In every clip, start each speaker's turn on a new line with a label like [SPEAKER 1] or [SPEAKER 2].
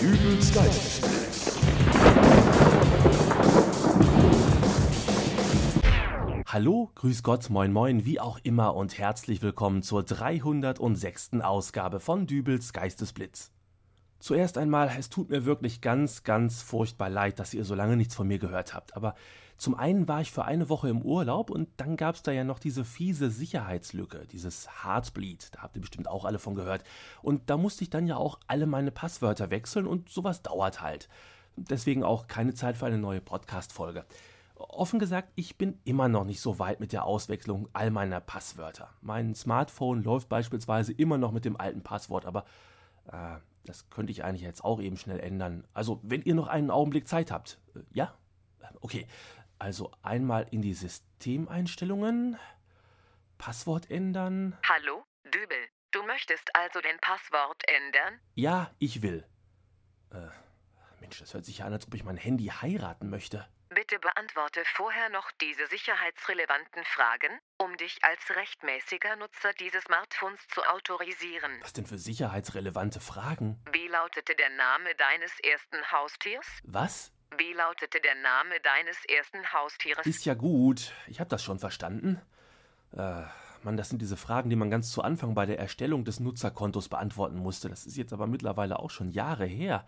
[SPEAKER 1] des Geistes.
[SPEAKER 2] Hallo, grüß Gott, moin moin, wie auch immer und herzlich willkommen zur 306. Ausgabe von Dübels Geistesblitz. Zuerst einmal, es tut mir wirklich ganz, ganz furchtbar leid, dass ihr so lange nichts von mir gehört habt. Aber zum einen war ich für eine Woche im Urlaub und dann gab es da ja noch diese fiese Sicherheitslücke, dieses Heartbleed, da habt ihr bestimmt auch alle von gehört. Und da musste ich dann ja auch alle meine Passwörter wechseln und sowas dauert halt. Deswegen auch keine Zeit für eine neue Podcast-Folge. Offen gesagt, ich bin immer noch nicht so weit mit der Auswechslung all meiner Passwörter. Mein Smartphone läuft beispielsweise immer noch mit dem alten Passwort, aber äh, das könnte ich eigentlich jetzt auch eben schnell ändern. Also, wenn ihr noch einen Augenblick Zeit habt. Äh, Ja? Okay. Also einmal in die Systemeinstellungen, Passwort ändern.
[SPEAKER 3] Hallo, Dübel. Du möchtest also den Passwort ändern?
[SPEAKER 2] Ja, ich will. Äh, Mensch, das hört sich ja an, als ob ich mein Handy heiraten möchte.
[SPEAKER 3] Bitte beantworte vorher noch diese sicherheitsrelevanten Fragen, um dich als rechtmäßiger Nutzer dieses Smartphones zu autorisieren.
[SPEAKER 2] Was denn für sicherheitsrelevante Fragen?
[SPEAKER 3] Wie lautete der Name deines ersten Haustiers?
[SPEAKER 2] Was?
[SPEAKER 3] Wie lautete der Name deines ersten Haustieres?
[SPEAKER 2] Ist ja gut. Ich habe das schon verstanden. Äh, Mann, das sind diese Fragen, die man ganz zu Anfang bei der Erstellung des Nutzerkontos beantworten musste. Das ist jetzt aber mittlerweile auch schon Jahre her.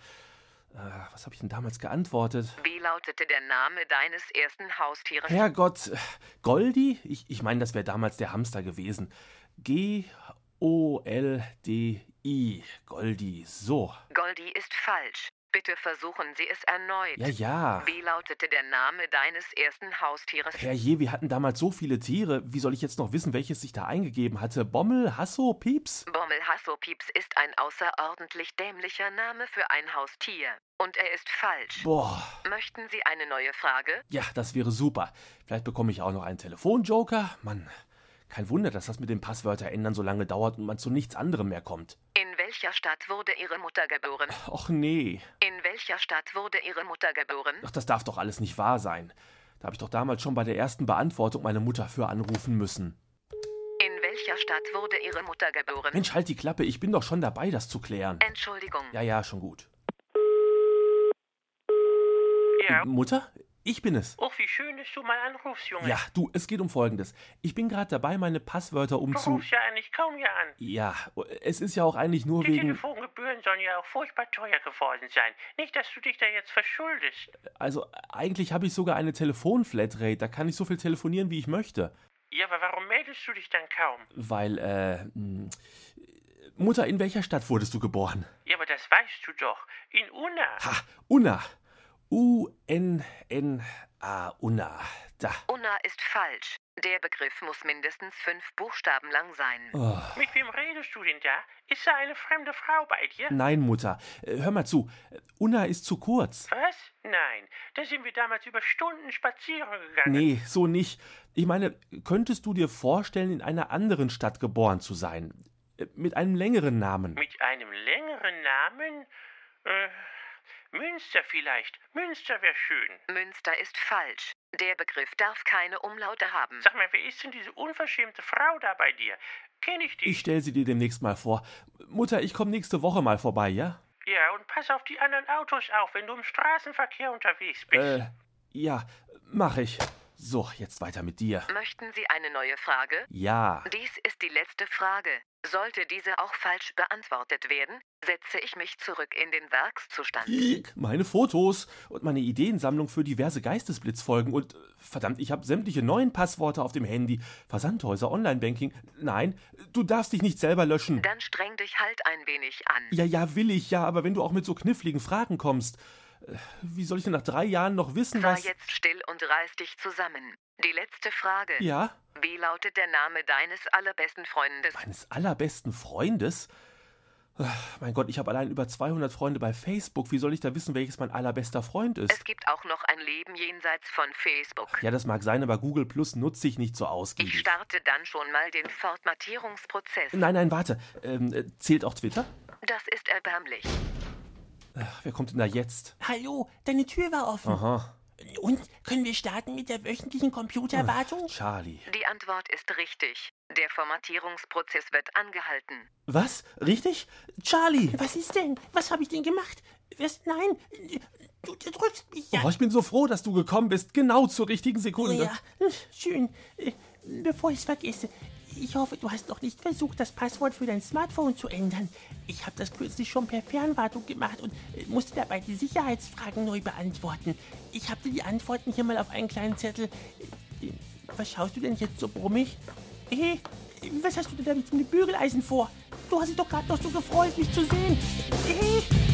[SPEAKER 2] Äh, was habe ich denn damals geantwortet?
[SPEAKER 3] Wie lautete der Name deines ersten Haustieres?
[SPEAKER 2] Herrgott, äh, Goldi? Ich, ich meine, das wäre damals der Hamster gewesen. G-O-L-D-I. Goldi. So.
[SPEAKER 3] Goldi ist falsch. Bitte versuchen Sie es erneut.
[SPEAKER 2] Ja, ja.
[SPEAKER 3] Wie lautete der Name deines ersten Haustieres?
[SPEAKER 2] Herrje, wir hatten damals so viele Tiere. Wie soll ich jetzt noch wissen, welches ich da eingegeben hatte? Bommel, Hasso, Pieps?
[SPEAKER 3] Bommel Hassopips ist ein außerordentlich dämlicher Name für ein Haustier. Und er ist falsch.
[SPEAKER 2] Boah.
[SPEAKER 3] Möchten Sie eine neue Frage?
[SPEAKER 2] Ja, das wäre super. Vielleicht bekomme ich auch noch einen Telefonjoker. Mann, kein Wunder, dass das mit dem Passwörter ändern so lange dauert und man zu nichts anderem mehr kommt.
[SPEAKER 3] In welcher Stadt wurde Ihre Mutter geboren?
[SPEAKER 2] Och nee.
[SPEAKER 3] In welcher Stadt wurde Ihre Mutter geboren?
[SPEAKER 2] Ach, das darf doch alles nicht wahr sein. Da habe ich doch damals schon bei der ersten Beantwortung meine Mutter für anrufen müssen.
[SPEAKER 3] In welcher Stadt wurde Ihre Mutter geboren?
[SPEAKER 2] Mensch, halt die Klappe, ich bin doch schon dabei, das zu klären.
[SPEAKER 3] Entschuldigung.
[SPEAKER 2] Ja, ja, schon gut.
[SPEAKER 4] Ja.
[SPEAKER 2] Mutter? Ich bin es.
[SPEAKER 4] Och, wie schön, dass du mal anrufst, Junge.
[SPEAKER 2] Ja, du, es geht um Folgendes. Ich bin gerade dabei, meine Passwörter
[SPEAKER 4] Du
[SPEAKER 2] umzu...
[SPEAKER 4] rufst ja eigentlich kaum hier an.
[SPEAKER 2] Ja, es ist ja auch eigentlich nur
[SPEAKER 4] Die
[SPEAKER 2] wegen...
[SPEAKER 4] Telefongebühren sollen ja auch furchtbar teuer geworden sein. Nicht, dass du dich da jetzt verschuldest.
[SPEAKER 2] Also eigentlich habe ich sogar eine Telefonflatrate, da kann ich so viel telefonieren, wie ich möchte.
[SPEAKER 4] Ja, aber warum meldest du dich dann kaum?
[SPEAKER 2] Weil, äh, mh, Mutter, in welcher Stadt wurdest du geboren?
[SPEAKER 4] Ja, aber das weißt du doch. In Unna.
[SPEAKER 2] Ha, Unna. U-N-N-A, Unna. Da.
[SPEAKER 3] Unna ist falsch. Der Begriff muss mindestens fünf Buchstaben lang sein.
[SPEAKER 2] Oh.
[SPEAKER 4] Mit wem redest du denn da? Ist da eine fremde Frau bei dir?
[SPEAKER 2] Nein, Mutter, äh, hör mal zu. Unna ist zu kurz.
[SPEAKER 4] Was? Nein. Da sind wir damals über Stunden spazieren gegangen.
[SPEAKER 2] Nee, so nicht. Ich meine, könntest du dir vorstellen, in einer anderen Stadt geboren zu sein? Äh, Mit einem längeren Namen.
[SPEAKER 4] Mit einem längeren Namen? Äh, Münster vielleicht. Münster wäre schön.
[SPEAKER 3] Münster ist falsch. Der Begriff darf keine Umlaute haben.
[SPEAKER 4] Sag mal, wer ist denn diese unverschämte Frau da bei dir? Kenn ich die?
[SPEAKER 2] Ich stelle sie dir demnächst mal vor. Mutter, ich komme nächste Woche mal vorbei, ja?
[SPEAKER 4] Ja, und pass auf die anderen Autos auf, wenn du im Straßenverkehr unterwegs bist.
[SPEAKER 2] Äh, ja, mach ich. So, jetzt weiter mit dir.
[SPEAKER 3] Möchten Sie eine neue Frage?
[SPEAKER 2] Ja.
[SPEAKER 3] Dies ist die letzte Frage. Sollte diese auch falsch beantwortet werden, setze ich mich zurück in den Werkszustand.
[SPEAKER 2] Ick, Meine Fotos und meine Ideensammlung für diverse Geistesblitzfolgen und äh, verdammt, ich habe sämtliche neuen Passworte auf dem Handy, Versandhäuser, Online-Banking. Nein, du darfst dich nicht selber löschen.
[SPEAKER 3] Dann streng dich halt ein wenig an.
[SPEAKER 2] Ja, ja, will ich, ja, aber wenn du auch mit so kniffligen Fragen kommst, äh, wie soll ich denn nach drei Jahren noch wissen,
[SPEAKER 3] Sei
[SPEAKER 2] was...
[SPEAKER 3] Ah, jetzt still und reiß dich zusammen. Die letzte Frage.
[SPEAKER 2] Ja?
[SPEAKER 3] Wie lautet der Name deines allerbesten Freundes?
[SPEAKER 2] Meines allerbesten Freundes? Ach, Mein Gott, ich habe allein über 200 Freunde bei Facebook. Wie soll ich da wissen, welches mein allerbester Freund ist?
[SPEAKER 3] Es gibt auch noch ein Leben jenseits von Facebook.
[SPEAKER 2] Ja, das mag sein, aber Google Plus nutze ich nicht so
[SPEAKER 3] Ich
[SPEAKER 2] ausgiebig.
[SPEAKER 3] starte dann schon mal den Formatierungsprozess.
[SPEAKER 2] Nein, nein, warte. Ähm, äh, zählt auch Twitter?
[SPEAKER 3] Das ist erbärmlich.
[SPEAKER 2] Ach, wer kommt denn da jetzt?
[SPEAKER 5] Hallo, deine Tür war offen.
[SPEAKER 2] Aha,
[SPEAKER 5] Und können wir starten mit der wöchentlichen Computerwartung?
[SPEAKER 2] Charlie.
[SPEAKER 3] Die Antwort ist richtig. Der Formatierungsprozess wird angehalten.
[SPEAKER 2] Was? Richtig? Charlie!
[SPEAKER 5] Was ist denn? Was habe ich denn gemacht? wirst. Nein, du, du drückst mich ja.
[SPEAKER 2] Oh, ich bin so froh, dass du gekommen bist, genau zur richtigen Sekunde.
[SPEAKER 5] Oh ja, schön. Äh, Bevor ich es vergesse, ich hoffe, du hast noch nicht versucht, das Passwort für dein Smartphone zu ändern. Ich habe das kürzlich schon per Fernwartung gemacht und äh, musste dabei die Sicherheitsfragen neu beantworten. Ich habe dir die Antworten hier mal auf einen kleinen Zettel. Äh, Was schaust du denn jetzt so brummig? Äh, Hey, was hast du denn da mit dem Bügeleisen vor? Du hast dich doch gerade noch so gefreut, mich zu sehen. Hey.